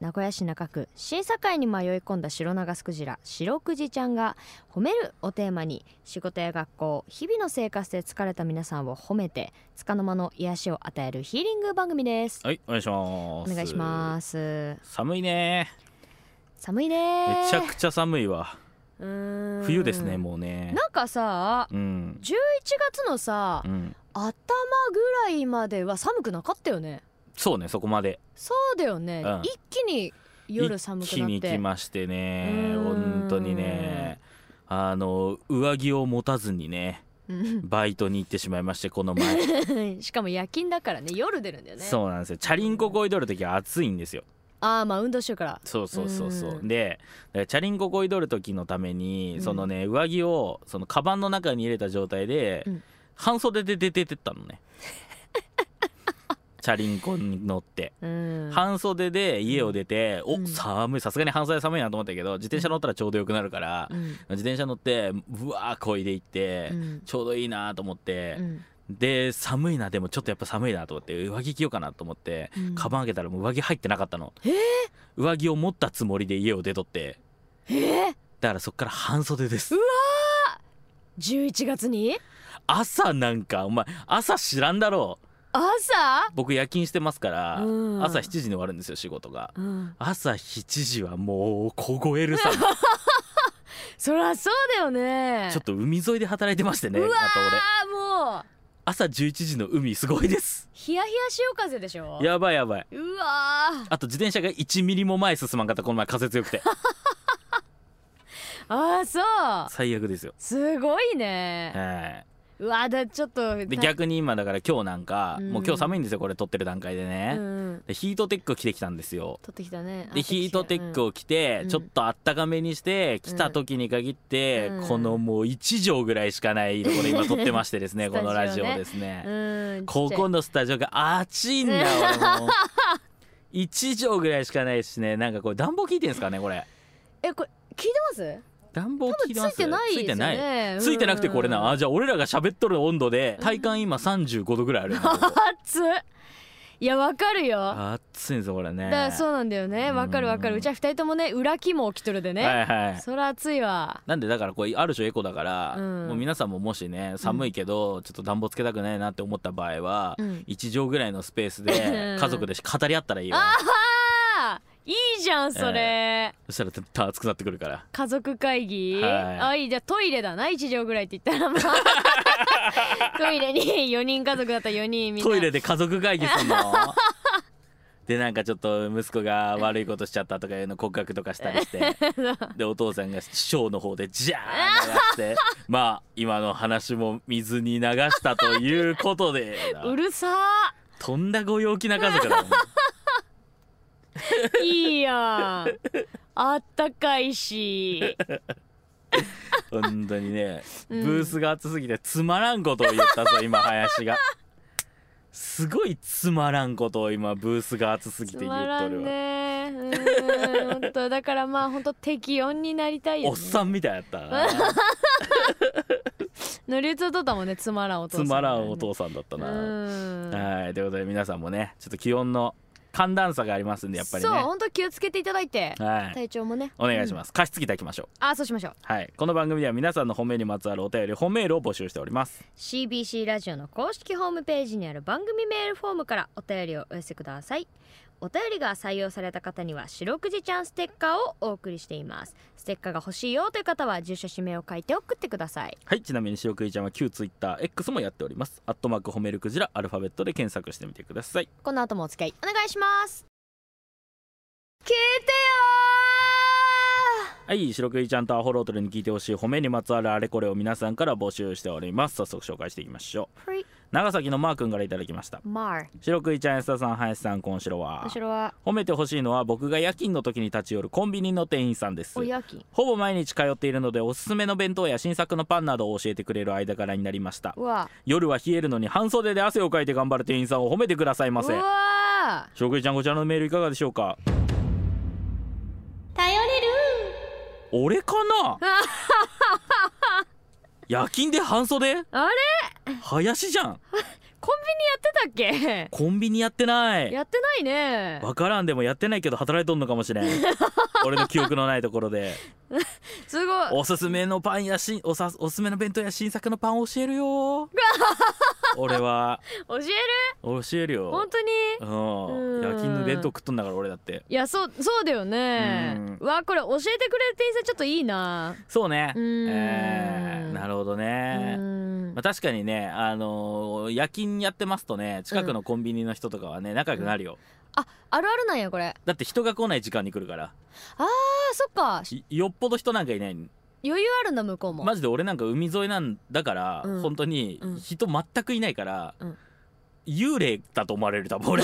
名古屋市中区審査会に迷い込んだ白長スクジラ白くじちゃんが「褒める」をテーマに仕事や学校日々の生活で疲れた皆さんを褒めて束の間の癒しを与えるヒーリング番組ですはいお願いしおます願いしますす寒いね寒いねめちゃくちゃ寒いわ冬冬ですねもうねなんかさうん11月のさ、うん頭ぐらいまでは寒くなかったよねそうねそこまでそうだよね、うん一気に夜寒く一気なっに来てましてねうーん本当にねあの上着を持たずにねうんバイトに行ってしまいましてこの 前しかも夜勤だからね夜出るんだよねそうなんですよチャリンコこいどる時は暑いんですよああまあ運動しようからそうそうそうそううんでだからチャリンコこいどる時のために、うんそのね上着をそのカバンの中に入れた状態で、うん半袖で出てってったの ねチャリンコに乗って、うん半袖で家を出て、うんお寒いさすがに半袖寒いなと思ったけど自転車乗ったらちょうどよくなるからう、ん自転車乗ってうわーこいで行って、うんちょうどいいなと思ってう、んで寒いなでもちょっとやっぱ寒いなと思って上着着ようかなと思って、うんカバン開けたらもう上着入ってなかったの、えー上着を持ったつもりで家を出とってえー、だからそっから半袖ですうわ11月に朝なんかお前朝知らんだろう朝、僕夜勤してますから、うん朝7時に終わるんですよ仕事がうん、朝7時はもう凍える さそりゃそうだよねちょっと海沿いで働いてましてねうわーまた俺ああもう朝11時の海すごいですヒヤヒヤ潮風でしょやばいやばいうわーあと自転車が1ミリも前進まんかったこの前風強く てああそう最悪ですよすごいね はうわだちょっといで逆に今だから今日なんか、うんもう今日寒いんですよこれ撮ってる段階でね、うん、でヒートテック着てきたんですよ取ってきたねでヒートテックを、を着て、うんちょっとあったかめにしてうん来た時に限って、うんこのもう1畳ぐらいしかないところ今撮ってましてですね スタこジオねのラジオですね、うんここのスタジオが暑いんだよ1畳ぐらいしかないしねなんかこれ暖房効いてんすかねこれえこれ聞いてます暖房効多いて分つますいてないついてですよない、ねついてなくてこれなあじゃあ俺らが喋っとる温度で体感今35度ぐらいあるよな ここ熱っいやわかるよ暑いんですよこれねだからそうなんだよねわかるわかうるんうちは二人ともね裏肝を着とるでね、はいはいそら熱いわなんでだからこれある種エコだから、うんもう皆さんももしね寒いけど、ちょっと暖房つけたくないなって思った場合は、うん1畳ぐらいのスペースでうん家族で語り合ったらいいよ、あーいいじゃんそれ、そしたら絶対暑くなってくるから家族会議、はいあいいじゃあトイレだな1畳ぐらいって言ったらま あトイレに4人家族だったら4人みんなトイレで家族会議す んのでなんかちょっと息子が悪いことしちゃったとかいうの告白とかしたりして でお父さんが師匠の方でジャーン流 してまあ今の話も水に流したということで うるさとんだご陽気な家族だもんーいいやんあったか いし本当にね、うんブースが熱すぎてつまらんことを言ったぞ今林がすごいつまらんことを今ブースが熱すぎつて言まっらとるんわ、ねうーん本当だからまあ本当適温になりたいよ、おねっ、さんみたいやったな乗り移っとったもんねつまらんお父つさんまらんお父ささんだったんな、うんはいということで皆さんもねちょっと気温の寒暖差がありますんでやっぱりねそう本当気をつけていただいて、はい体調もね、お願いしますす加湿器いただきましょううんあそうしましょうはいこの番組では皆さんの褒めにまつわるお便り褒めメールを募集しております CBC ラジオの公式ホームページにある番組メールフォームからお便りをお寄せくださいお便りが採用された方には白くじちゃんステッカーをお送りしていますステッカーが欲しいよという方は住所氏名を書いて送ってくださいはいちなみに白くいちゃんは旧 TwitterX もやっておりますアットマーク褒めるクジラアルファベットで検索してみてくださいこの後もお付き合いお願いします聞いてはい、白くいちゃんとアホロートルに聞いてほしい褒めにまつわるあれこれを皆さんから募集しております。早速紹介していきましょよーう。長崎のマー君からいただきましたマー白くいちゃん安田さん林さんこんしろは後ろは褒めてほしいのは僕が夜勤の時に立ち寄るコンビニの店員さんですおやきほぼ毎日通っているのでおすすめの弁当や新作のパンなどを教えてくれる間柄になりましたうわ夜は冷えるのに半袖で汗をかいて頑張る店員さんを褒めてくださいまうせわ白くいちゃんこちらのメールいかがでしょうか頼れる俺か な夜勤で半袖あれ林じゃんコンビニやってたっコンビニやってなけいやってないねわからんでもやってないけど働いとんのかもしれん 俺の記憶のないところですごいおすすめのパンやしおさおすすめの弁当や新作のパン教えるよ俺は教える教えるよ本当にうんうん夜勤の弁当食っとんだから俺だっていやそうそうだよねうわこれ教えてくれる店員さんちょっといいなそうねうーんえーなるほどうねんまあ、確かにね、あのー夜勤やってますとね近くのコンビニの人とかはね仲良くなるよ、あるあるなんやこれあだって人が来ない時間に来るからーそっかいよっぽど人なんかいない余裕あるんだ向こうもマジで俺なんか海沿いなんだから、うん本当にうん人全くいないから、うん幽霊だと思われる多 分俺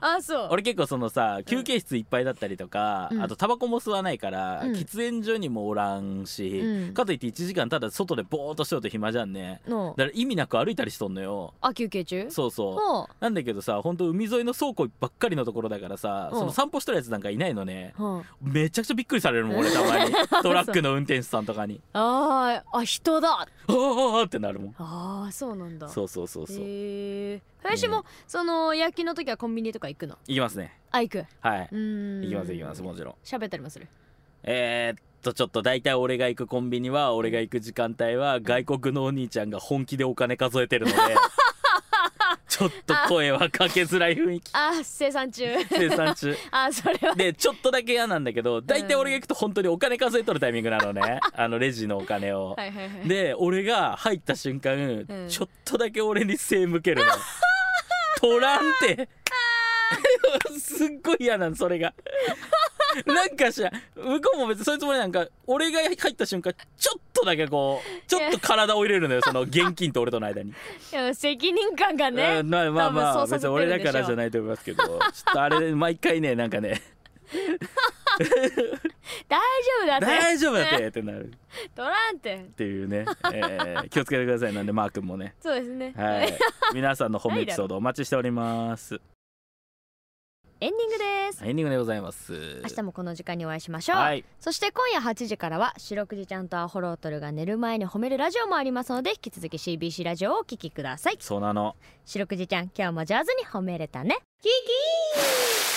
あそう俺結構そのさ休憩室いっぱいだったりとか、うんあとタバコも吸わないから、うん喫煙所にもおらんし、うんかといって1時間ただ外でボーっとしようと暇じゃんねのだから意味なく歩いたりしとんのよあ休憩中そうそうほなんだけどさ本当海沿いの倉庫ばっかりのところだからさ、うんその散歩してるやつなんかいないのねうほうめちゃくちゃびっくりされるもん俺たま にトラックの運転手さんとかにあーあ人「だあーってなるもんあーそうなんだそうそうそうそう、へえ林も、その夜勤の時はコンビニとか行くのいきますねあ行くはいうーんいきますいきますもちろん喋ったりもするえー、っとちょっと大体俺が行くコンビニは俺が行く時間帯は外国のお兄ちゃんが本気でお金数えてる のでちょっと声はかけづらい雰囲気あー生 産中生産中あーそれはでちょっとだけ嫌なんだけど大体俺が行くと本当にお金数えとるタイミングなの ねあのレジのお金を。はいはいはいで俺が入った瞬間、うんちょっとだけ俺に背向けるの 取らんて すっごい嫌なのそれ がなんかしら向こうも別にそういうつもりなんか俺が入った瞬間ちょっとだけこうちょっと体を入れるのよその現金と俺との間に、いや責任感が ねうんまあまあまあ多分そうさ別にせて俺るでしょだからじゃないと思いますけどちょっとあれ毎回ねなんかね大丈夫だって大丈夫だってってなる取らんてっていうね、えー気をつけてくださいなんでマー君もねそうですね、はい皆さんの褒めエピソードお待ちしております エンディングですエンディングでございます明日もこの時間にお会いしましょう、はいそして今夜8時からは白くじちゃんとアホロートルが寝る前に褒めるラジオもありますので引き続き CBC ラジオをお聞きくださいそうなの白くじちゃん今日も上手に褒めれたねキキー